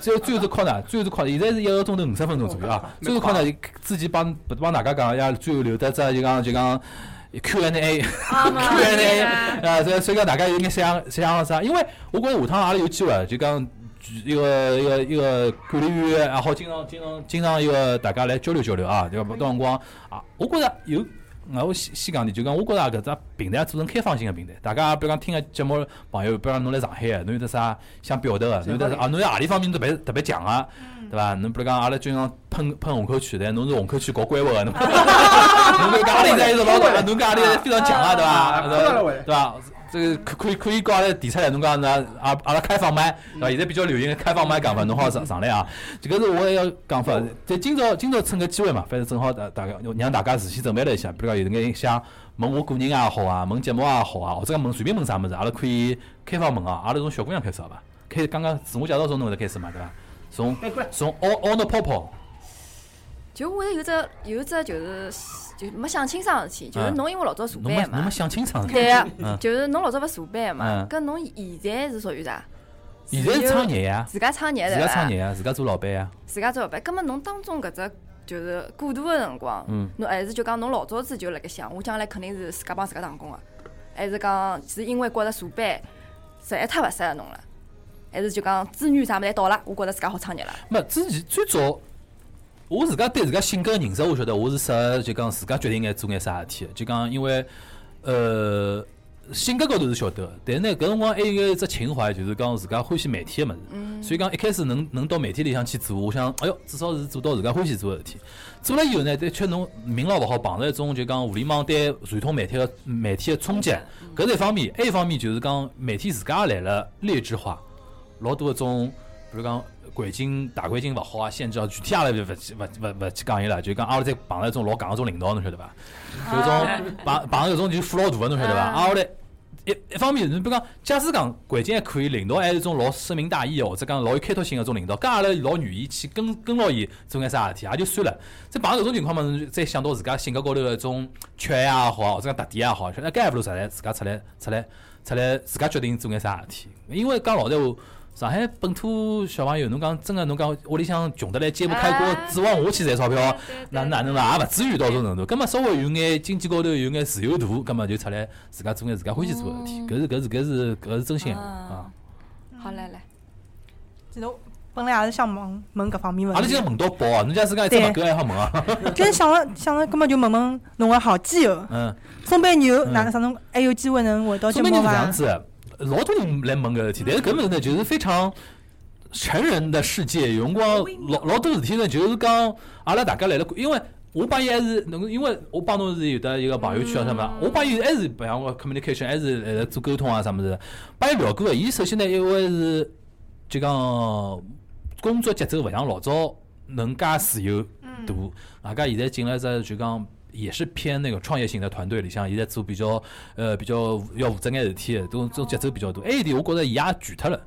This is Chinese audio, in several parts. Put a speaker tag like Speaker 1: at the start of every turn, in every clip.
Speaker 1: 最后最后是靠哪？最后是靠，现在是一个钟头五十分钟左右啊。最后靠哪？自己帮帮大家讲，哎呀，最后留得只就讲就讲 Q&A。
Speaker 2: 啊嘛
Speaker 1: Q&A
Speaker 2: 啊
Speaker 1: 呃，所以所以讲大家有眼想想啥？因为我觉着下趟阿拉有机会，就讲一个一个一个管理员也好，经常经常经常一个大家来交流交流啊，对伐？到辰光啊，我觉着有。啊，我先先讲点，就讲我觉着搿只平台做成开放性个平台，大家比如讲听个节目朋友，比如讲侬来上海个，侬有得啥想表达个，侬有得啥啊，侬有何里方面特别特别强个，对伐？侬比如讲阿拉经常喷喷虹口区的，侬是虹口区搞规划个，侬侬搿阿里在是老大，侬搿阿里非常强啊，对伐？
Speaker 3: 看到了喂
Speaker 1: 对伐？这个可可以可以搞来提出来，侬讲那阿阿拉开放麦，对
Speaker 3: 嗯
Speaker 1: 伐？现在比较流行的开放麦讲法，侬好上上来啊。这个是我也要讲法，在今朝今朝趁个机会嘛，反正正好大大家让大家事先准备了一下，比如讲有眼想问我个人也好啊，问节目也好啊，或者讲问随便问啥物事，阿拉可以开放问啊。阿拉从小姑娘开始好伐？开刚刚自我介绍从侬搿搭开始嘛，对伐？从
Speaker 2: 哎
Speaker 1: 从凹凹到泡泡，
Speaker 4: 就我有只有只就是就没想清爽事体，就是
Speaker 1: 嗯
Speaker 4: 侬因为老早坐
Speaker 1: 侬没
Speaker 4: 班
Speaker 1: 侬
Speaker 4: 嘛
Speaker 1: 没，想清爽。
Speaker 4: 对啊
Speaker 1: 嗯，
Speaker 4: 就是侬老早勿坐班嘛
Speaker 1: 嗯，
Speaker 4: 搿侬现在是属于啥？
Speaker 1: 现在是创业呀，
Speaker 4: 自家创业
Speaker 1: 自
Speaker 4: 对
Speaker 1: 家
Speaker 4: 啊伐
Speaker 1: 创？业啊呀，自家做老板呀，
Speaker 4: 自家做老板，葛末侬当中搿只就是过渡个辰光
Speaker 1: 嗯，
Speaker 4: 侬还是就讲侬老早子就辣盖想，我将来肯定是自家帮自家打工个，啊还是讲是因为觉着坐班实在太勿适合侬了，还是就讲资源啥物事侪到了，我觉着自家好创业了。
Speaker 1: 没，之前最早，我自家对自家性格的认识，我晓得我是适合就讲自家决定眼做眼啥事体的，就讲因为呃性格高头是晓得的，但是呢搿辰光还有一只情怀，就是讲自家欢喜媒体个物事，所以讲一开始能能到媒体里向去做，我想哎哟，至少是做到自家欢喜做个事体。做了以后呢，的确侬命老勿好，碰着一种就讲互联网对传统媒体个媒体个冲击，搿是一方面，还有一方面就是讲媒体自家也来了劣质化。老多搿种，比如讲环境大环境勿好啊，限制啊，具体阿拉就勿勿勿勿去讲伊了，就讲阿拉再碰着一种老戆搿种领导，侬晓得伐？有种碰碰着搿种就是富老大个，侬晓得伐？
Speaker 4: 啊
Speaker 1: 啊，后来一一方面，侬比如讲，假使讲环境还可以，领导还是种老深明大义个，或者讲老有开拓性个种领导，搿阿拉老愿意去跟跟牢伊做眼啥事体，也就算了。再碰着搿种情况嘛，侬就再想到自家性格高头个一种缺陷也好，或者讲特点也好，晓得搿还勿如出来自家出来出来出来自家决定做眼啥事体。因为讲老实闲话。上海本土小朋友，侬讲真个，侬讲屋里向穷得来揭不开锅，指望我去赚钞票，那哪能啦？也勿啊至于到这种程度。葛末稍微有眼经济高头有眼自由度，葛末就出来自家做眼自家欢喜做个事
Speaker 5: 哦
Speaker 1: 体。搿是搿是搿是搿是真心话啊！
Speaker 2: 嗯
Speaker 4: 好来来，
Speaker 5: 其实我本来也是想问问搿方面问
Speaker 1: 阿拉今
Speaker 5: 题
Speaker 1: 朝，问到饱啊！侬假使讲一只
Speaker 5: 对
Speaker 1: 勿够还好问啊。
Speaker 5: 但是想了想了，根本就问问侬个好基友，
Speaker 1: 嗯，
Speaker 5: 松板牛哪
Speaker 1: 嗯
Speaker 5: 能啥侬还有机会能回到节
Speaker 1: 说明你
Speaker 5: 目
Speaker 1: 是这样
Speaker 5: 伐？
Speaker 1: 子，老多人来问搿事体，但是
Speaker 5: 嗯
Speaker 1: 搿物事呢，就是非常成人的世界，有辰光老老多事体呢，就是讲阿拉大家来了，因为。我帮伊还是能够，因为我帮侬是有得一个朋友圈啊什
Speaker 5: 嗯
Speaker 1: 么，我帮伊还是比方讲 communication，还是来做沟通啊啥么子，帮伊聊过的。伊首先呢，因为是就讲工作节奏勿像老早能介自由
Speaker 2: 嗯
Speaker 1: 大，外加现在进了只就讲也是偏那个创业型的团队里向，现在做比较呃比较要负责眼事体的，都这种节奏比较多。还有一点，我觉着伊也卷脱了，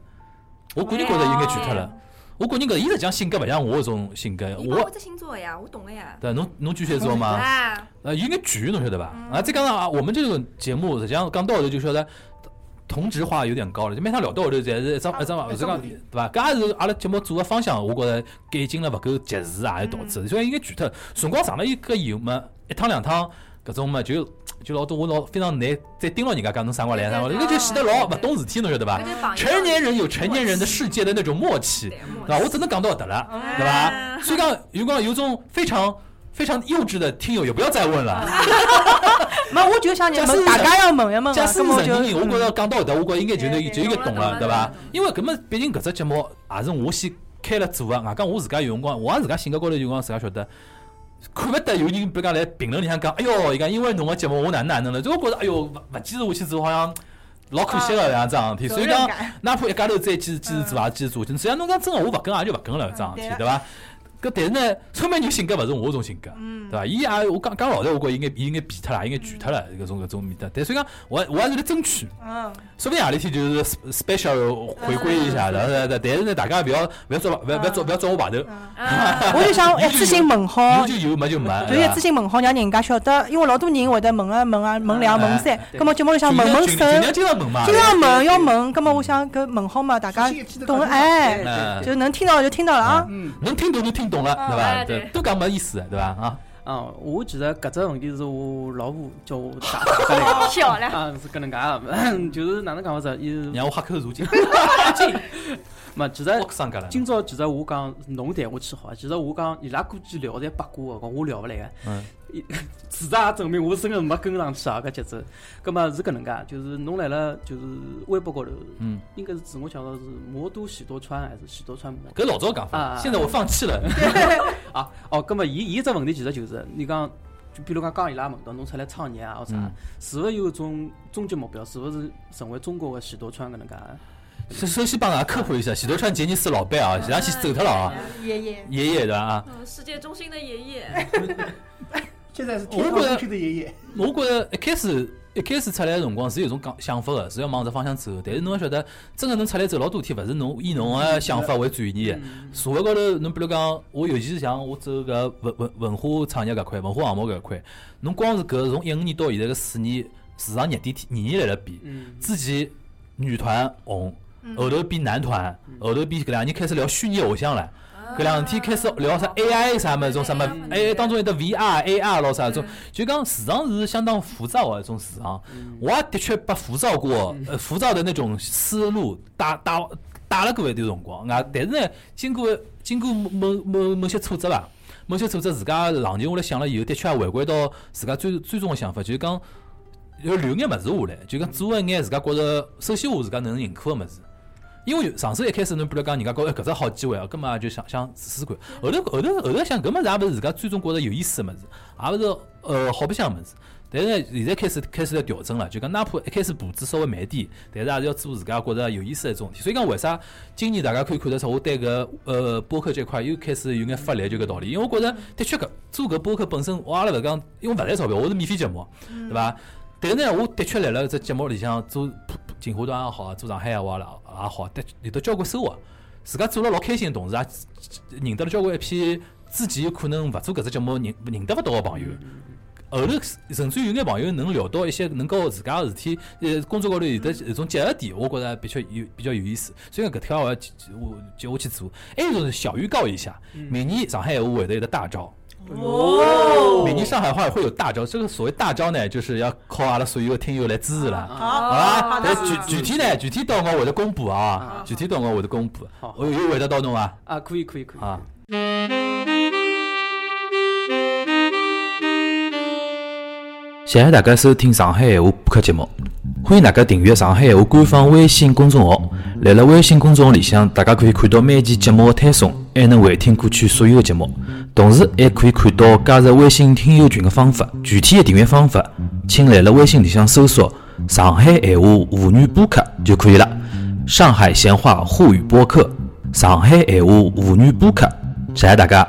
Speaker 1: 我个人觉着应该卷脱了。我个人觉着伊实际上性格勿像我搿种性格，
Speaker 2: 哦你帮我
Speaker 1: 我
Speaker 2: 只星座呀，啊我懂了呀。
Speaker 1: 对侬侬巨蟹座 吗？
Speaker 4: 哎
Speaker 2: 啊，
Speaker 1: 呃，应该局侬晓得吧？啊，再讲啊，我们这种节目实际上刚到头就晓得同质化有点高了，就每趟聊到后头侪是一张一张嘛，勿是讲对伐？搿也是阿拉节目做个方向，我觉着改进了勿够及时啊，也导致，所以应该具体辰光长了一个以后嘛，一趟两趟搿种嘛就。就老多我老非常难再盯牢人家讲侬啥辰光来啥辰光来，搿就显得老勿懂事体，侬晓得伐？成年人有成年人的世界的那种默契，对吧？我只能讲到得了，
Speaker 4: 哎
Speaker 1: 对吧？所以讲，如果有种非常非常幼稚的听友，也不要再问
Speaker 4: 嗯
Speaker 1: 了。
Speaker 5: 没，我就想
Speaker 1: 假
Speaker 5: 问
Speaker 1: 使是
Speaker 5: 大家要问一问啊，
Speaker 1: 假使
Speaker 5: 搿
Speaker 1: 是
Speaker 5: 么
Speaker 1: 成
Speaker 5: 就
Speaker 1: 年人，我觉
Speaker 5: 嗯
Speaker 1: 着讲到搿搭，我觉着应该就
Speaker 2: 对
Speaker 1: 能
Speaker 2: 对
Speaker 1: 就应该懂了，
Speaker 2: 懂
Speaker 1: 对
Speaker 2: 了懂
Speaker 1: 伐
Speaker 2: 了？
Speaker 1: 因为搿么毕竟搿只节目也是我先开了做啊，外加我自家有辰光，我也自家性格高头有辰光自家晓得。看勿得有人，比如讲来评论里向讲，哎哟，伊讲因为侬个节目我哪能哪能了，就我觉着哎哟，勿勿坚持下去做好像老可惜个搿样子事体，所以讲啊哪怕一家头再坚持坚持做也坚持做下去，实际上侬讲真个我勿跟也就勿跟了搿桩事体，对伐？搿但是呢，崔美人性格勿是我种性格，
Speaker 5: 嗯
Speaker 1: 对伐？伊也我讲讲老实，话，我觉伊应该伊应该变脱了，应该拒脱了搿种搿种面的。但所以讲，我还我还是来争取，
Speaker 5: 嗯，
Speaker 1: 说不定何里天就是 sp- special 回归一下的，对对对但是呢，大家勿要勿要抓勿要勿要抓勿要抓我排头，
Speaker 4: 啊，
Speaker 5: 我就想一次性问好
Speaker 1: 有，就有，没就没，
Speaker 5: 就是一次性问好，让人家晓得，因为老多人会得问啊问啊问两问三
Speaker 1: 哎，
Speaker 5: 葛末节目里
Speaker 1: 想
Speaker 5: 向问问
Speaker 1: 尽量
Speaker 5: 深，
Speaker 1: 尽量问嘛，
Speaker 5: 就要问要问，葛末我想搿问好嘛，大家懂了哎，
Speaker 1: 哎
Speaker 5: 就能听到就听到了啊，
Speaker 2: 嗯，
Speaker 1: 能听懂就听懂了，对伐？
Speaker 3: 哎
Speaker 1: 对
Speaker 3: 对，
Speaker 1: 都讲没意思，对伐？啊，
Speaker 2: 啊，我其实搿只问题是我老婆叫我打 打出来
Speaker 4: 笑
Speaker 2: 的，
Speaker 4: 了，
Speaker 2: 啊， 是搿能介的，就是哪能讲法子，伊是
Speaker 1: 让我喝口茶去，
Speaker 2: 嘛，其
Speaker 1: 我
Speaker 2: 实
Speaker 1: 上架了。
Speaker 2: 今朝其实我讲侬带我去好啊，其实我讲伊拉估计聊侪八卦的，讲啊我聊勿来个。
Speaker 1: 嗯
Speaker 2: 伊。 事实也证明我真个没跟上去啊，搿节奏。葛末是搿能介，啊就是侬来了，就是微博高头，
Speaker 1: 嗯，
Speaker 2: 应该是自我介绍是魔都喜多川还是喜多川魔
Speaker 1: 搿老早讲法，
Speaker 2: 啊
Speaker 1: 现在我放弃了。
Speaker 2: 啊？哦，葛末伊伊只问题其实就是，你讲就比如讲讲伊拉问到侬出来创业啊或啥
Speaker 1: 嗯，
Speaker 2: 是勿是有一种终极目标？是勿是成为中国的喜多川搿能介？
Speaker 1: 首首先帮大家啊科普一下，喜多川杰尼斯老板啊，伊拉先走脱了啊，
Speaker 5: 爷爷，
Speaker 1: 爷爷对伐？啊，
Speaker 3: 嗯，世界中心的爷爷，
Speaker 6: 现在是天上过去
Speaker 5: 嗯
Speaker 6: 的爷爷，
Speaker 1: 我觉着一开始一开始出来个辰光是有种讲想法个，是要往这方向走的。但是侬要晓得，真个侬出来走老多天，勿是侬以侬个想法为转移的。社会高头，侬比如讲，我尤其是像我走搿文文文化产业搿块，文化项目搿块，侬光是搿从一五年到现在搿四年，市场热点年年来辣变。
Speaker 2: 嗯
Speaker 1: 之前女团红，后头变男团，后头变搿两年开始聊虚拟偶像了。搿两天开始聊啥 AI 啥么种啥么
Speaker 3: 嗯
Speaker 1: ，AI 当中有得 VR、AR 咯啥种，就讲市场是相当浮躁的一种市场。我也的确被浮躁过，呃，浮躁的那种思路打打打了过一段辰光啊。但是呢，经过经过某某某某些挫折吧，某些挫折自家冷静下来想了以后，的确也回归到自家最最终的想法，就是讲要留眼物事下来，就讲做一眼自家觉着，首先我自家能认可个物事。因为上手一开始侬比如讲人家觉着哎搿只好机会啊，搿么也就想想试试看。后头后头后头想搿物事也勿是自家最终觉着有意思个物事，也勿是呃好白相个物事。但是呢，现在开始开始在调整了，就讲哪怕一开始步子稍微慢点，但是还是要做自家觉着有意思的一种事体。所以讲为啥今年大家可以看得出我对搿呃播客这块又开始有眼发力，就搿道理。因为我觉着的确搿做搿播客本身，我阿拉勿是讲因为勿赚钞票，我是免费节目，对伐？但是呢，我的确来了这节目里向做锦华团也好，啊做上海话了也好，的有得交关收获。自家做了老开心，同时也认得了交关一批之前可能勿做搿只节目认认得勿到个朋友。后头甚至有眼朋友能聊到一些能够自家个事体，呃，工作高头有得一种结合点，我觉着比较有比较有意思。所以讲搿条我要去我接下去做。还有一种是小预告一下，明年上海话会得有得大招。
Speaker 5: 哦
Speaker 1: 明年上海话会有大招，这个所谓大招呢，就是要靠阿拉所有的听友来支持了。
Speaker 2: 啊，
Speaker 1: 好吧
Speaker 5: 好，的
Speaker 1: 但具哦具体呢，具体到我会得公布啊，具体到我会得公布
Speaker 2: 好，
Speaker 1: 我有回答到侬啊
Speaker 2: 啊，可以可以可以。
Speaker 1: 啊。谢谢大家收听上海闲话播客节目，欢迎大家订阅上海闲话官方微信公众号。辣辣微信公众号里向，大家可以看到每期节目的推送，还能回听过去所有的节目，同时还可以看到加入微信听友群的方法。具体的订阅方法，请辣辣微信里向搜索“上海闲话沪语播客”就可以了。上海闲话沪语播客，上海闲话沪语播客，谢谢大家。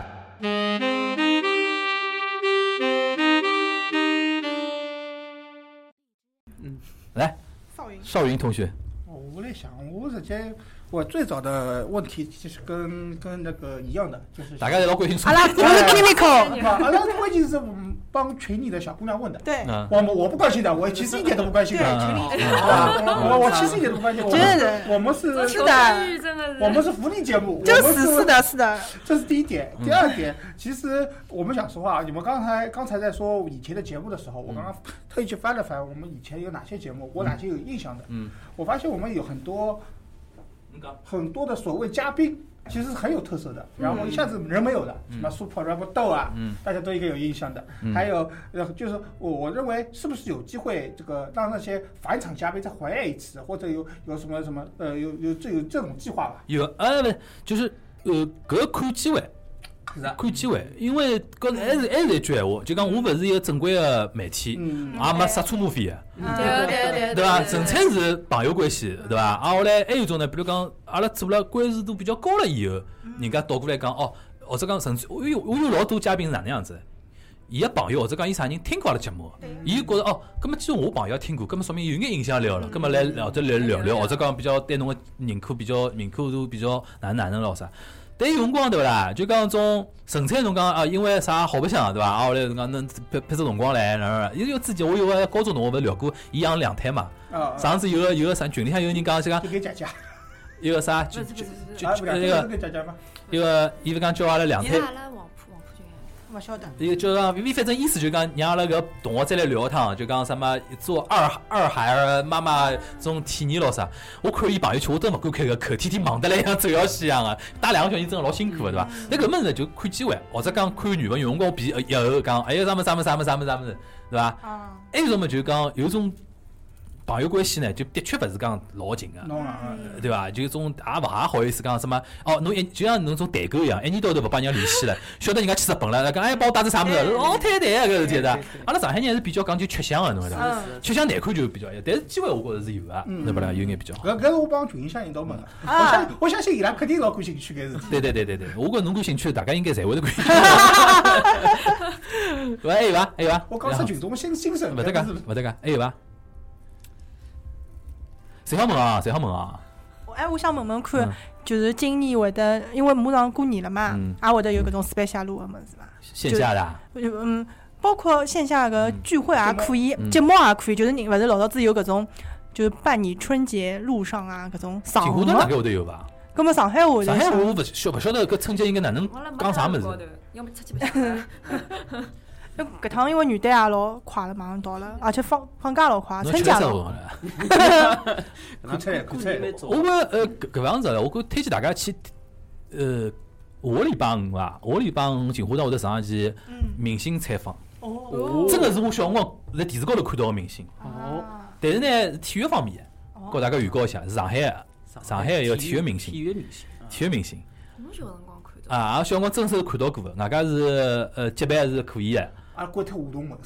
Speaker 1: 来，
Speaker 5: 少云，
Speaker 1: 少云同学，
Speaker 6: 我来想，我直接我最早的问题其实跟跟那个一样的，就是
Speaker 1: 大家侪老关心
Speaker 5: 阿拉就是 clinical，
Speaker 6: 啊，阿拉关键是我们帮群里的小姑娘问的。
Speaker 5: 对，
Speaker 1: 嗯，
Speaker 6: 我们我不关心的，我其实一点都不关心的。
Speaker 5: 对
Speaker 6: 啊
Speaker 1: 嗯
Speaker 6: 我我其实一点都不关心。我们
Speaker 5: 真的
Speaker 6: 我们是，
Speaker 3: 这求
Speaker 5: 的
Speaker 3: 生欲真的是，
Speaker 6: 我们是福利节目，
Speaker 5: 就
Speaker 6: 我们
Speaker 5: 是是的，是的，
Speaker 6: 这是第一点。第二点，其实我们想说啊，你们刚才刚才在说以前的节目的时候，我
Speaker 1: 嗯
Speaker 6: 刚刚特意去翻了翻我们以前有哪些节目，我哪些有印象的。
Speaker 1: 嗯，
Speaker 6: 我发现我们有很多
Speaker 1: 讲
Speaker 6: 很多的所谓嘉宾。其实是很有特色的，然后一下子人没有的，什么 Super Rap 豆啊，
Speaker 1: 嗯
Speaker 6: 大家都应该有印象的。还有，呃，就是我我认为是不是有机会，这个让那些返场嘉宾再回来一次，或者有有什么什么，呃，有有这有这种计划吧？
Speaker 1: 有呃不就是呃搿看机会，
Speaker 6: 是啊的
Speaker 1: 看机会，因为搿还是还是一句闲话，就讲我勿是一个正规个媒体，
Speaker 6: 嗯，
Speaker 1: 也没刹车马费个，
Speaker 4: 嗯
Speaker 3: 对对对
Speaker 1: 哎对伐？纯粹是朋友关系，对嗯伐？啊，后来还有一种呢，比如讲阿拉做了关系度比较高了以后，人家倒过来讲哦，或者讲甚至我有我有老多嘉宾是哪能样子的，伊个朋友或者讲伊啥人听过阿拉节目，伊就觉着哦，葛么既然我朋友也听过，葛么说明有眼印象了了，葛么来聊者来聊聊，或者讲比较嗯对侬个认可比较认可度比较哪能哪能咯啥。但有辰光对勿啦？就讲种纯粹侬讲啊，因为啥好白相对伐？啊，后来侬讲能拍拍出辰光来，哪哪，因为之前我有个高中同学勿是聊过，伊养两胎嘛。
Speaker 6: 啊，
Speaker 1: 上次有个有个啥群里向有人讲，就讲
Speaker 6: 就给姐姐，
Speaker 1: 一个啥，
Speaker 3: 不
Speaker 1: 就是
Speaker 3: 不是不是，
Speaker 1: 就
Speaker 6: 啊，
Speaker 1: 就
Speaker 6: 两
Speaker 1: 那
Speaker 6: 个
Speaker 1: 个
Speaker 6: 都给姐姐嘛，
Speaker 1: 一个，伊勿讲叫阿拉两
Speaker 3: 伊
Speaker 1: 胎
Speaker 3: 拉阿拉黄浦黄浦军
Speaker 5: 勿晓得。
Speaker 1: 伊就讲，伊反正意思就讲，让阿拉搿同学再来聊一趟，就讲什么做二二孩儿妈妈这种体验咯啥。我看伊朋友圈，我真勿敢开搿口，天天忙得来像走要死一样个，带两个小人真个老辛苦个，对伐？但搿物事呢就看机会，或者讲看缘分，有辰光比以后讲，还有啥物事啥物事啥物事啥物事，对伐？
Speaker 5: 啊，
Speaker 1: 还有种么就讲有种朋友关系呢，就的确勿是讲老近个。
Speaker 6: 弄了啊，
Speaker 1: 对伐？就种也勿也好意思讲什么哦，侬一就像侬种代购一样，一年到头勿帮人家联系 了，晓得人家去日本了，讲哎帮我带只啥物事，老坍台啊搿事体的。阿拉上海人还是比较讲究吃相个，侬晓得伐？
Speaker 5: 嗯，
Speaker 1: 吃相难看就比较一样，但是机会我觉着是有啊，
Speaker 6: 嗯
Speaker 1: 对勿啦？有眼比较好。
Speaker 6: 搿搿是我帮群里向人道问的，我
Speaker 5: 啊
Speaker 6: 相我相信伊拉肯定老感兴趣搿事体。
Speaker 1: 对对对对对，我觉着侬感兴趣，大家应该侪会得 感兴趣。对伐？还有伐？还有伐？
Speaker 6: 我讲出群众心心声，
Speaker 1: 勿得
Speaker 6: 搿
Speaker 1: 讲
Speaker 6: 是，
Speaker 1: 勿得讲，还有伐？谁好问啊？谁好问啊？
Speaker 5: 我哎，我想问问
Speaker 1: 嗯
Speaker 5: 看，就是今年会得，因为马上过年了嘛
Speaker 1: 嗯，
Speaker 5: 也会得有搿种 special 路个物事伐？
Speaker 1: 线下的啊，
Speaker 5: 嗯，包括线下个聚会也可以
Speaker 1: 嗯，
Speaker 5: 节目也可以，就是你勿是老早子有搿种，就是伴你春节路上啊搿种
Speaker 1: 锦湖
Speaker 5: 场
Speaker 1: 端大
Speaker 5: 合，
Speaker 1: 概会得有伐？
Speaker 5: 葛末上海我
Speaker 1: 上
Speaker 5: 就
Speaker 1: 海
Speaker 5: 想
Speaker 1: 我勿晓勿晓得搿春节应该哪能
Speaker 3: 我阿拉没
Speaker 1: 讲啥
Speaker 3: 么
Speaker 1: 物
Speaker 3: 子高
Speaker 1: 事。
Speaker 3: 头，要么出去白相。
Speaker 5: 因为搿趟因为元旦也老快了，马上到了，而且放放假老快，
Speaker 1: 侬
Speaker 5: 啊春
Speaker 1: 吃
Speaker 5: 节
Speaker 1: 啥
Speaker 5: 也
Speaker 1: 文
Speaker 5: 老快。
Speaker 1: 了？啊
Speaker 6: 看出来看出来
Speaker 1: 我
Speaker 2: 哦
Speaker 1: 觉呃搿搿样子啊，我觉推荐大家去呃下个礼拜五啊，下个礼拜五锦华堂会得上一期
Speaker 5: 嗯，
Speaker 1: 明星采访，
Speaker 5: 哦
Speaker 1: 真个是我小辰光辣电视高头看到个明星，
Speaker 2: 哦，
Speaker 5: 啊
Speaker 1: 但是呢是体育方面
Speaker 3: 哦
Speaker 1: 的，告大家预告一下，是上海的上海也有体育明星
Speaker 2: 体育明星，啊
Speaker 1: 体育明星
Speaker 3: 侬小辰光看到，
Speaker 1: 啊，也小辰光真是看到过的，外加是呃级别还是可以的
Speaker 6: 阿拉关脱活 动门，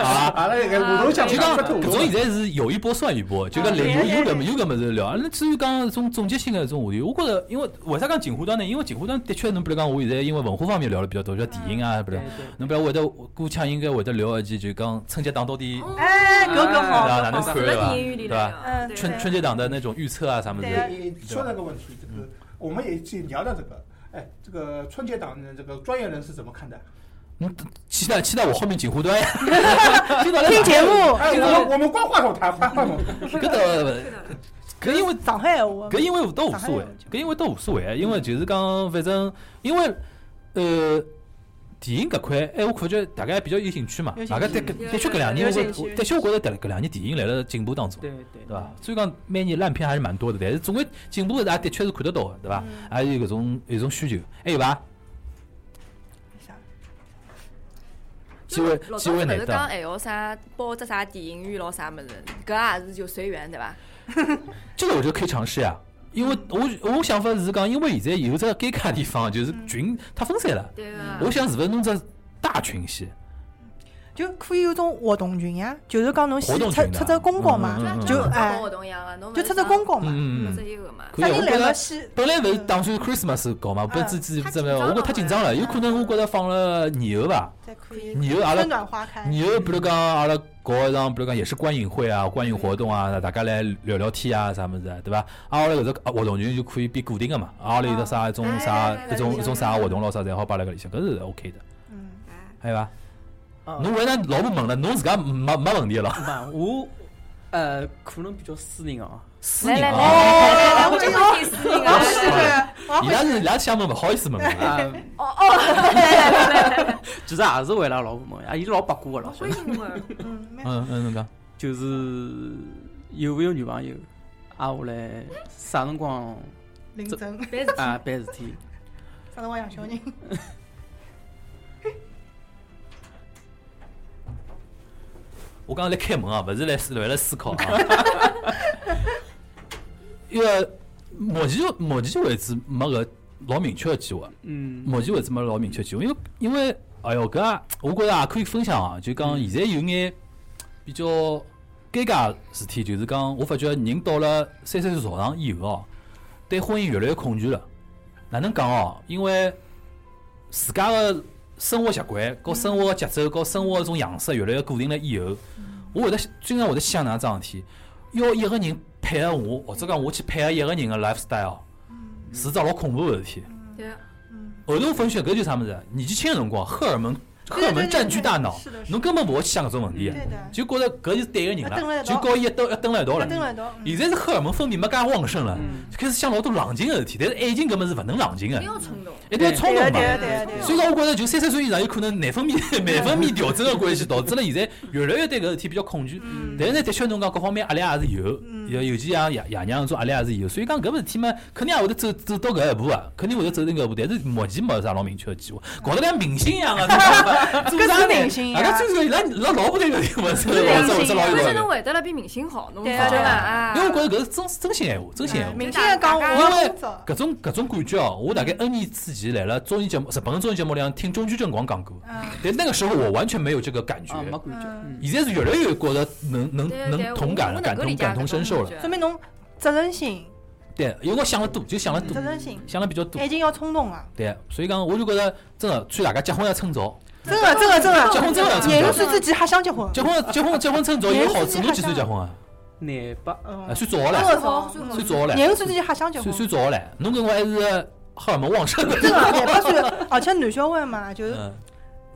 Speaker 1: 啊。
Speaker 6: 阿拉搿个活动想
Speaker 1: 就讲
Speaker 6: 关脱
Speaker 1: 搿
Speaker 6: 活
Speaker 1: 种
Speaker 6: 动
Speaker 1: 现。在是有一波算一波，就讲有有搿么有搿么子聊。那至于讲种总结性的种话题，我觉着，因为为啥讲锦湖端呢？因为锦湖端的确，侬比如讲，我现在因为文化方面聊了比较多，叫电影啊，比如
Speaker 2: 对
Speaker 1: 讲，
Speaker 2: 对
Speaker 1: 侬比如会得过腔应该会得聊一记，就讲春节档到底
Speaker 5: 哎，搿个
Speaker 1: 对
Speaker 5: 好，
Speaker 1: 伐哪能看
Speaker 3: 死
Speaker 1: 对
Speaker 3: 了
Speaker 1: 伐
Speaker 3: 电？影院里
Speaker 1: 对吧
Speaker 3: 了呀，
Speaker 5: 嗯
Speaker 3: 对
Speaker 1: 春
Speaker 3: 对
Speaker 1: 春节档的那种预测啊，啥么子
Speaker 5: 对啊
Speaker 6: 你哎说到这个问题，这个我们也去聊到这个，哎，这个春节档的这个专业人士怎么看的？
Speaker 1: 期待期待我后面锦湖端呀，
Speaker 5: 听节目，
Speaker 1: 哦
Speaker 6: 哎，我们我们关话筒谈，关话筒谈。
Speaker 1: 搿倒
Speaker 3: 对的
Speaker 1: 搿因为
Speaker 5: 上海闲话
Speaker 1: 搿，因为倒无所谓，搿因为倒无所谓，
Speaker 5: 嗯
Speaker 1: 因为就是讲，反正因为呃，电影搿块，哎，我感觉大家比较有兴趣嘛。
Speaker 5: 有兴
Speaker 1: 大家
Speaker 5: 趣
Speaker 1: 的的
Speaker 3: 有
Speaker 1: 的确搿两年，我
Speaker 5: 有
Speaker 1: 觉
Speaker 5: 兴趣
Speaker 1: 的确我觉得搿搿两年电影来了进步当中，
Speaker 2: 对对
Speaker 1: 对伐？虽然讲每年烂片还是蛮多的，但是总归进步也的确是看得到的，对伐？
Speaker 5: 嗯
Speaker 1: 还有搿种有种需求，哎还有伐？机会机会
Speaker 4: 老早子勿
Speaker 1: 难
Speaker 4: 是
Speaker 1: 得
Speaker 4: 讲。还有啥包只啥电影院咯啥物事，搿也是就随缘对伐？
Speaker 1: 这个我觉得可以尝试呀、因为我我想法是讲，因为现在有只尴尬的地方，就是
Speaker 5: 嗯
Speaker 1: 群它分散了。
Speaker 3: 对个。
Speaker 1: 嗯我想是勿是弄只大群先？
Speaker 5: 就可以有种活动群呀，就是讲侬
Speaker 1: 活
Speaker 5: 先
Speaker 1: 动
Speaker 5: 出
Speaker 1: 群的
Speaker 5: 出只公告嘛
Speaker 1: 嗯嗯嗯，
Speaker 5: 就
Speaker 4: 像
Speaker 5: 哎
Speaker 4: 活，动一样个，啊侬
Speaker 5: 就出只公告嘛，
Speaker 1: 嗯嗯
Speaker 3: 勿
Speaker 1: 嗯
Speaker 3: 是。一个嘛，
Speaker 1: 可
Speaker 5: 啥
Speaker 1: 以，我
Speaker 5: 人来
Speaker 1: 觉得
Speaker 5: 了先，
Speaker 1: 本来勿是打算 Christmas 搞嘛，不
Speaker 5: 嗯
Speaker 1: 之之
Speaker 3: 太
Speaker 1: 怎么
Speaker 3: 紧张
Speaker 1: 样？我觉得
Speaker 3: 了
Speaker 1: 太紧张了，有可能我觉得放了年后吧，
Speaker 5: 再可以
Speaker 1: 年后阿拉
Speaker 5: 春暖花开。
Speaker 1: 年后比如讲阿拉搞一场，比如讲也是观影会啊、观影活动啊，大家来聊聊天啊啥么子啊，对伐？啊，后来搿只活动群就可以变固定个嘛，啊，后来有得啥一种啥一种一种啥活动咯啥，侪好摆辣搿里向，搿是 OK 的，
Speaker 5: 嗯，
Speaker 1: 还有伐？
Speaker 2: 啊
Speaker 1: 侬为啥老婆问了？侬自家没没问题了？
Speaker 2: 嘛，我呃可能比较私人哦，
Speaker 1: 私
Speaker 4: 来
Speaker 1: 人
Speaker 4: 来来
Speaker 1: 啊，
Speaker 4: 来来来，我真的挺私人
Speaker 5: 啊
Speaker 4: 个。
Speaker 5: 是的，我要
Speaker 1: 伊拉是
Speaker 5: 回
Speaker 1: 伊拉想问，勿好意思问。
Speaker 2: 啊 哦 哦，其实也是为了老婆嘛，啊，伊老八卦个
Speaker 3: 我
Speaker 2: 老
Speaker 3: 欢迎侬们，
Speaker 5: 嗯，蛮
Speaker 1: 嗯嗯，侬讲
Speaker 2: 就是有没有女朋友，啊，我来啥辰光
Speaker 5: 认真，
Speaker 3: 别是
Speaker 2: 啊办事体，
Speaker 5: 啥辰光养小人？
Speaker 1: 我刚刚来开门啊，勿是来思来来思考啊。因为目前目前为止没个老明确的计划，
Speaker 2: 嗯，
Speaker 1: 目前为止没老明确的计划，因为因为哎哟搿啊我觉着也可以分享啊，就讲现在有眼比较尴尬的事体，就是啊讲我发觉人到了三十岁朝上以后哦，对婚姻越来越恐惧了。哪能讲哦？因为自家个生活习惯、和生活个节奏、和生活个种样式越来越固定了以后，我会得经常会得想哪桩事体，要一个人配合我，或者讲我去配合一个人个 lifestyle，是桩老恐怖个事体。
Speaker 3: 对，
Speaker 4: 啊
Speaker 5: 嗯
Speaker 1: 后头分析搿就是啥物事？年纪轻个辰光，荷尔蒙荷尔蒙占据大脑，
Speaker 5: 是的，是
Speaker 1: 侬
Speaker 5: 的，
Speaker 1: 根本勿会去想搿种问题
Speaker 5: 对，的，
Speaker 1: 就觉着搿就是对个人
Speaker 5: 要蹲
Speaker 1: 了，
Speaker 5: 辣一
Speaker 1: 就
Speaker 5: 道
Speaker 1: 告伊一蹲一蹲辣一道了。
Speaker 5: 跟了到，嗯
Speaker 1: 现在是荷尔蒙分泌没介旺盛了，
Speaker 2: 嗯，
Speaker 1: 就开始想老多冷静个事体，但是爱情搿么是勿能冷静个
Speaker 3: 一定，要冲动。
Speaker 1: 一定要冲
Speaker 5: 对
Speaker 1: 动
Speaker 5: 的，
Speaker 1: 嘛
Speaker 5: 对。的，对的，对的
Speaker 1: 所以讲，我觉着就三十岁以上有可能内分泌 内分泌调整个关系，导致了现在越来越对搿事体比较恐惧。
Speaker 5: 嗯
Speaker 1: 但是呢，的确侬讲各方面压力也是有，
Speaker 5: 嗯
Speaker 1: 尤尤其像爷爷娘搿种压力也是有。所以讲搿事体嘛，肯定也会得走走到搿一步啊，肯定会得走到搿一步。但是目前没啥老明确的计划，搞得像明星一样 个，做啥呢做啥
Speaker 5: 搿是明
Speaker 1: 呢？
Speaker 5: 星
Speaker 1: 大
Speaker 5: 呀
Speaker 1: 家最后伊拉 伊拉老婆对搿地方是
Speaker 5: 是明
Speaker 1: 是是
Speaker 5: 星啊
Speaker 1: 老
Speaker 3: 关
Speaker 1: 有道
Speaker 3: 键
Speaker 1: 理
Speaker 3: 侬。会得了比明星好，侬
Speaker 5: 对
Speaker 3: 晓得伐？
Speaker 5: 对
Speaker 3: 啊
Speaker 1: 因为我觉着搿是真真心闲话，真心闲话。
Speaker 5: 哎明星也讲我要工作，
Speaker 1: 搿种搿种感觉哦，我大概 N 年之前来了综艺节目，日本的综艺节目里向听中居正广讲过，
Speaker 5: 嗯，
Speaker 1: 但那个时候我完全没有这个感觉
Speaker 5: 哦
Speaker 2: 啊，。没感觉，嗯
Speaker 1: 现在是越来越觉得能
Speaker 3: 对
Speaker 1: 能
Speaker 3: 对对
Speaker 1: 能同感
Speaker 3: 我
Speaker 1: 了，
Speaker 3: 我
Speaker 1: 感
Speaker 3: 能够理
Speaker 1: 同
Speaker 3: 解
Speaker 1: 感同
Speaker 3: 搿种
Speaker 1: 身受
Speaker 3: 感
Speaker 1: 了。
Speaker 3: 觉
Speaker 5: 说明侬责任心，
Speaker 1: 对，
Speaker 5: 嗯
Speaker 1: 因为我想了多，就想了
Speaker 5: 责
Speaker 1: 多，
Speaker 5: 任心，
Speaker 1: 想了比较多
Speaker 5: 爱。情要冲动啊，
Speaker 1: 对，所以讲我就觉得真的劝大家结婚要趁早，
Speaker 5: 真的，真的，真
Speaker 1: 结
Speaker 5: 的，
Speaker 1: 婚真的要趁
Speaker 5: 廿
Speaker 1: 早。
Speaker 5: 五岁之前还想结婚，
Speaker 1: 结婚结婚结婚趁早有个好处，侬几岁结婚啊？
Speaker 2: 廿八，
Speaker 1: 啊，
Speaker 5: 嗯，
Speaker 1: 算早了，
Speaker 5: 真的早，
Speaker 1: 算早了，
Speaker 5: 廿五岁之前还想结婚
Speaker 1: 算，算早了。侬搿辰光还是荷尔蒙旺盛的。
Speaker 5: 真的廿八岁，而且男小孩嘛，就是
Speaker 1: 嗯，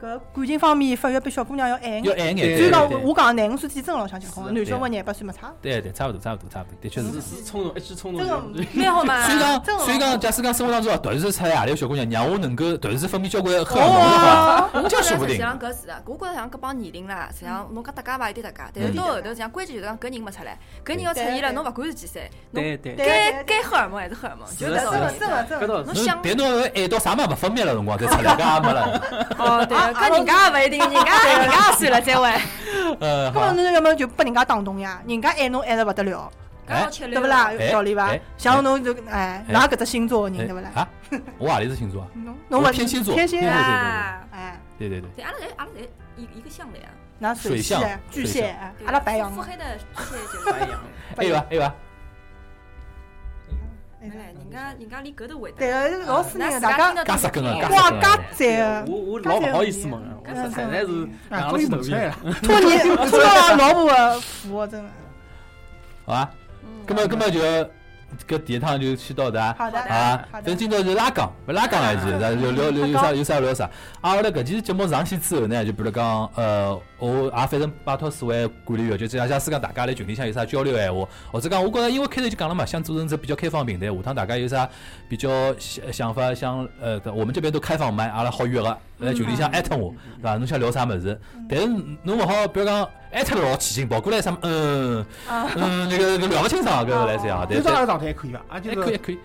Speaker 5: 搿感情方面发育比小姑娘要晚一
Speaker 1: 要
Speaker 5: 眼。
Speaker 1: 爱眼。
Speaker 5: 所
Speaker 1: 对
Speaker 5: 以讲，
Speaker 1: 对
Speaker 5: 我讲廿五岁之前真的老想结婚，
Speaker 2: 是
Speaker 5: 男小孩廿八岁没差。
Speaker 1: 对对，差不多差不多差不多，的确是
Speaker 2: 是。
Speaker 5: 嗯
Speaker 2: 是冲动，一记冲
Speaker 5: 这个
Speaker 2: 动就，
Speaker 3: 蛮好嘛
Speaker 1: 所以。讲，
Speaker 5: 这种
Speaker 1: 所以讲，假使讲生活当中啊，突然之间出来夜里个小姑娘，让我能够突然之间分泌交关荷尔蒙的话，
Speaker 5: 哦
Speaker 3: 觉
Speaker 1: 我讲
Speaker 3: 得
Speaker 1: 说不
Speaker 3: 实际
Speaker 1: 定。
Speaker 3: 上搿是的，我觉着像搿帮年龄啦，实际上侬讲搭界伐，有点搭界，但
Speaker 1: 嗯
Speaker 3: 是到后头实际上关键就是讲搿人没出来，搿人要出现了，
Speaker 5: 对
Speaker 3: 侬勿管是几岁，侬
Speaker 2: 对对，
Speaker 3: 该该荷尔蒙还是荷尔蒙，就
Speaker 2: 对
Speaker 3: 搿
Speaker 5: 真
Speaker 2: 的
Speaker 3: 道理哦
Speaker 5: 的，真。的，真
Speaker 2: 搿
Speaker 5: 的。
Speaker 2: 倒
Speaker 3: 侬
Speaker 2: 是，
Speaker 1: 侬
Speaker 3: 想
Speaker 1: 别侬要爱到啥嘛勿分泌了辰光再出来，搿也没 了。
Speaker 4: 哦，对，搿人家也勿一定，人家人家也算了， 再会。
Speaker 1: 呃，
Speaker 5: 根本
Speaker 1: 好，
Speaker 5: 侬要么就拨人家打动呀，人家爱侬爱得勿得了，
Speaker 1: 哎
Speaker 3: 刚，吃
Speaker 5: 对勿啦？
Speaker 1: 哎
Speaker 5: 有道理伐
Speaker 1: 哎？
Speaker 5: 像侬就哎，
Speaker 1: 哎
Speaker 5: 㑚搿只星座的
Speaker 1: 哎
Speaker 5: 人对勿啦？
Speaker 1: 啊，我何里是星座啊？
Speaker 5: 侬侬
Speaker 1: 我
Speaker 5: 勿
Speaker 1: 天蝎座
Speaker 5: 天蝎
Speaker 1: 天蝎
Speaker 3: 啊，
Speaker 5: 哎，
Speaker 1: 对对对，
Speaker 3: 对，阿拉侪阿拉侪一一个像的呀。
Speaker 5: 㑚
Speaker 1: 水
Speaker 5: 系
Speaker 1: 象、
Speaker 5: 巨
Speaker 1: 水
Speaker 5: 蟹，
Speaker 1: 象
Speaker 5: 哎
Speaker 3: 对
Speaker 5: 阿拉白羊
Speaker 3: 腹
Speaker 5: 嘛，
Speaker 3: 黑的这些就是
Speaker 2: 白羊，
Speaker 1: 还有伐？还有伐？
Speaker 5: 哎
Speaker 3: 没嘞人家人家连搿都会
Speaker 5: 对
Speaker 3: 得。
Speaker 5: 个，老死人
Speaker 3: 啊那
Speaker 5: 的，
Speaker 3: 自
Speaker 5: 啊大
Speaker 3: 家
Speaker 5: 家
Speaker 1: 加十根啊，加
Speaker 5: 哇
Speaker 1: 十根
Speaker 5: 嘎
Speaker 1: 啊。
Speaker 5: 赞
Speaker 2: 我，我老勿好意思问了，我实在是硬
Speaker 6: 啊，可
Speaker 2: 了
Speaker 6: 以
Speaker 2: 起
Speaker 6: 猛
Speaker 2: 头皮
Speaker 6: 猜了，
Speaker 5: 托你托到了老婆的福，啊真的。
Speaker 1: 好伐？
Speaker 3: 嗯
Speaker 1: 葛么葛么就搿第一趟就去到达。
Speaker 5: 好的，
Speaker 1: 啊，
Speaker 5: 哎好
Speaker 1: 反
Speaker 5: 的
Speaker 1: 正，今朝就拉讲，勿拉讲还 是，咱就聊聊有啥有啥聊啥。啊，后来搿期节目上线之后呢，就比如讲，呃，我也反正拜托四位管理员，就假假使讲大家来群里向有啥交流闲话，或者讲我觉着，因为开头就讲了嘛，想做成只比较开放平台，下趟大家有啥比较想想法，想呃，我们这边都开放麦，阿拉好约个，来群里
Speaker 5: 嗯
Speaker 1: 向艾特我，对伐？侬想聊啥物事？但是侬勿好，比如讲艾特了老起劲，跑过来啥么，嗯
Speaker 5: 啊
Speaker 1: 嗯，那个那个聊勿清爽，搿个来这样，对
Speaker 6: 就
Speaker 1: 对哎
Speaker 6: 上，个状态也可以吧？啊，就
Speaker 1: 还可以还
Speaker 6: 是
Speaker 1: 可以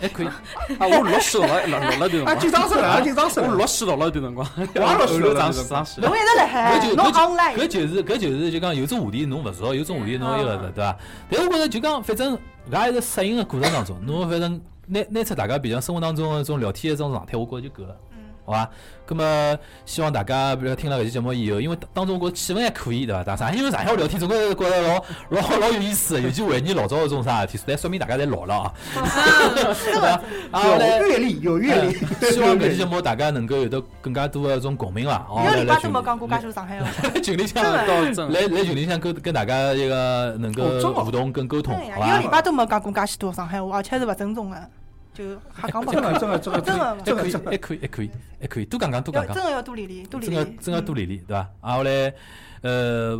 Speaker 1: 还可以。
Speaker 2: 啊，我落水了，落落了段
Speaker 6: 啊，
Speaker 2: 辰
Speaker 6: 就上手了，啊，就上手
Speaker 2: 光， 我
Speaker 6: 了
Speaker 2: 落，水落了段辰光，
Speaker 6: 也落水 了
Speaker 2: 上上去，
Speaker 5: 侬一直辣海
Speaker 1: 搿就，
Speaker 5: 侬
Speaker 1: 搿就
Speaker 5: 哎 online
Speaker 1: 搿就是搿就是就讲有种话题侬勿熟，有种话题侬一个
Speaker 3: 啊
Speaker 1: 是对伐？但是我觉着就讲，反正搿也是适应个过程当中，侬反正拿拿出大家平常生活当中的这种聊天的这种状态，我觉着就够了。
Speaker 5: 嗯
Speaker 1: 好伐？咁么希望大家，比如说听了搿期节目以后，因为当当中我觉着气氛还可以，对伐？但上海因为上海话聊天，总归是觉着老老 老有意思的，尤其回忆老早搿种啥事体，但说明大家侪老了 啊。 对伐？啊，后来
Speaker 6: 有阅历，有阅历，
Speaker 1: 哎 希望搿期节目大家能够有得更加多的这种共鸣啦。哦
Speaker 5: 一个礼
Speaker 1: 来
Speaker 5: 拜
Speaker 1: 群里
Speaker 5: 都没讲过介多上 海话，
Speaker 1: 来 群里向
Speaker 5: 真的
Speaker 2: 到正
Speaker 1: 来来群里向跟跟大家一个能够
Speaker 6: 哦真的
Speaker 1: 互动跟沟通，
Speaker 5: 真的
Speaker 1: 好
Speaker 5: 呀，一个礼
Speaker 1: 吧？
Speaker 5: 拜都没讲过介许多上海话，而且是勿正宗的，就瞎讲八
Speaker 6: 真
Speaker 5: 卦。
Speaker 6: 的，真的，真的，真的，
Speaker 1: 还
Speaker 6: 真
Speaker 1: 可
Speaker 6: 的，
Speaker 1: 以，
Speaker 6: 真的
Speaker 1: 还。哎可以，还可以，还可以，多讲讲，多
Speaker 5: 要
Speaker 1: 讲
Speaker 5: 真
Speaker 1: 讲，
Speaker 5: 的要多练练，多练
Speaker 1: 真的
Speaker 5: 练，
Speaker 1: 真的多理理，对吧？啊，后来呃，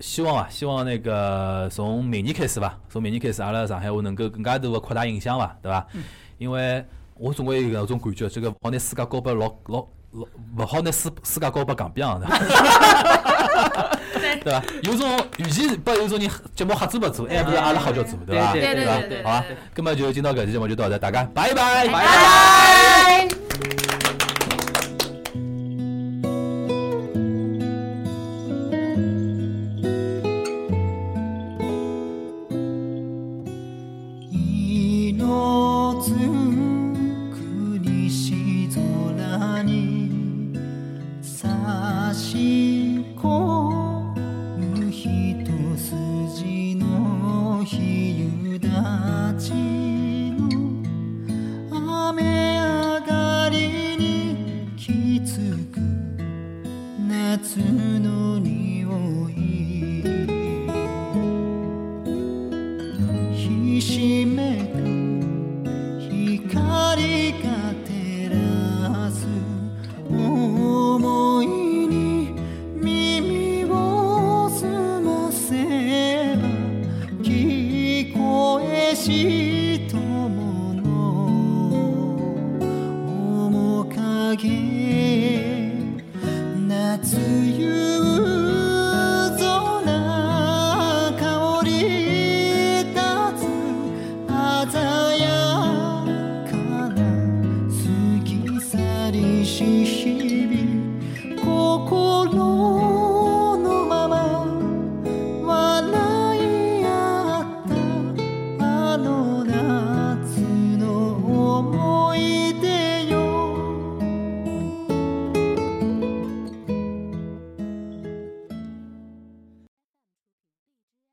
Speaker 1: 希望啊，希望那个从明年开始吧，从明年开始，阿拉上海话能够更加多的扩大影响吧，对吧？
Speaker 3: 嗯
Speaker 1: 因为我总归有搿种感觉，这个好拿世界交拨老老老，勿好拿世世界交拨戆逼样的。啊 对吧？有种，与其拨有种人节目瞎做不做，还哎不如阿拉好叫做，对吧？
Speaker 2: 对对
Speaker 3: 对
Speaker 1: 吧
Speaker 3: 对对？
Speaker 1: 好吧
Speaker 3: 对对，
Speaker 1: 那么就今朝搿期节目就到这，大家拜拜。
Speaker 2: 拜
Speaker 5: 拜。
Speaker 7: 命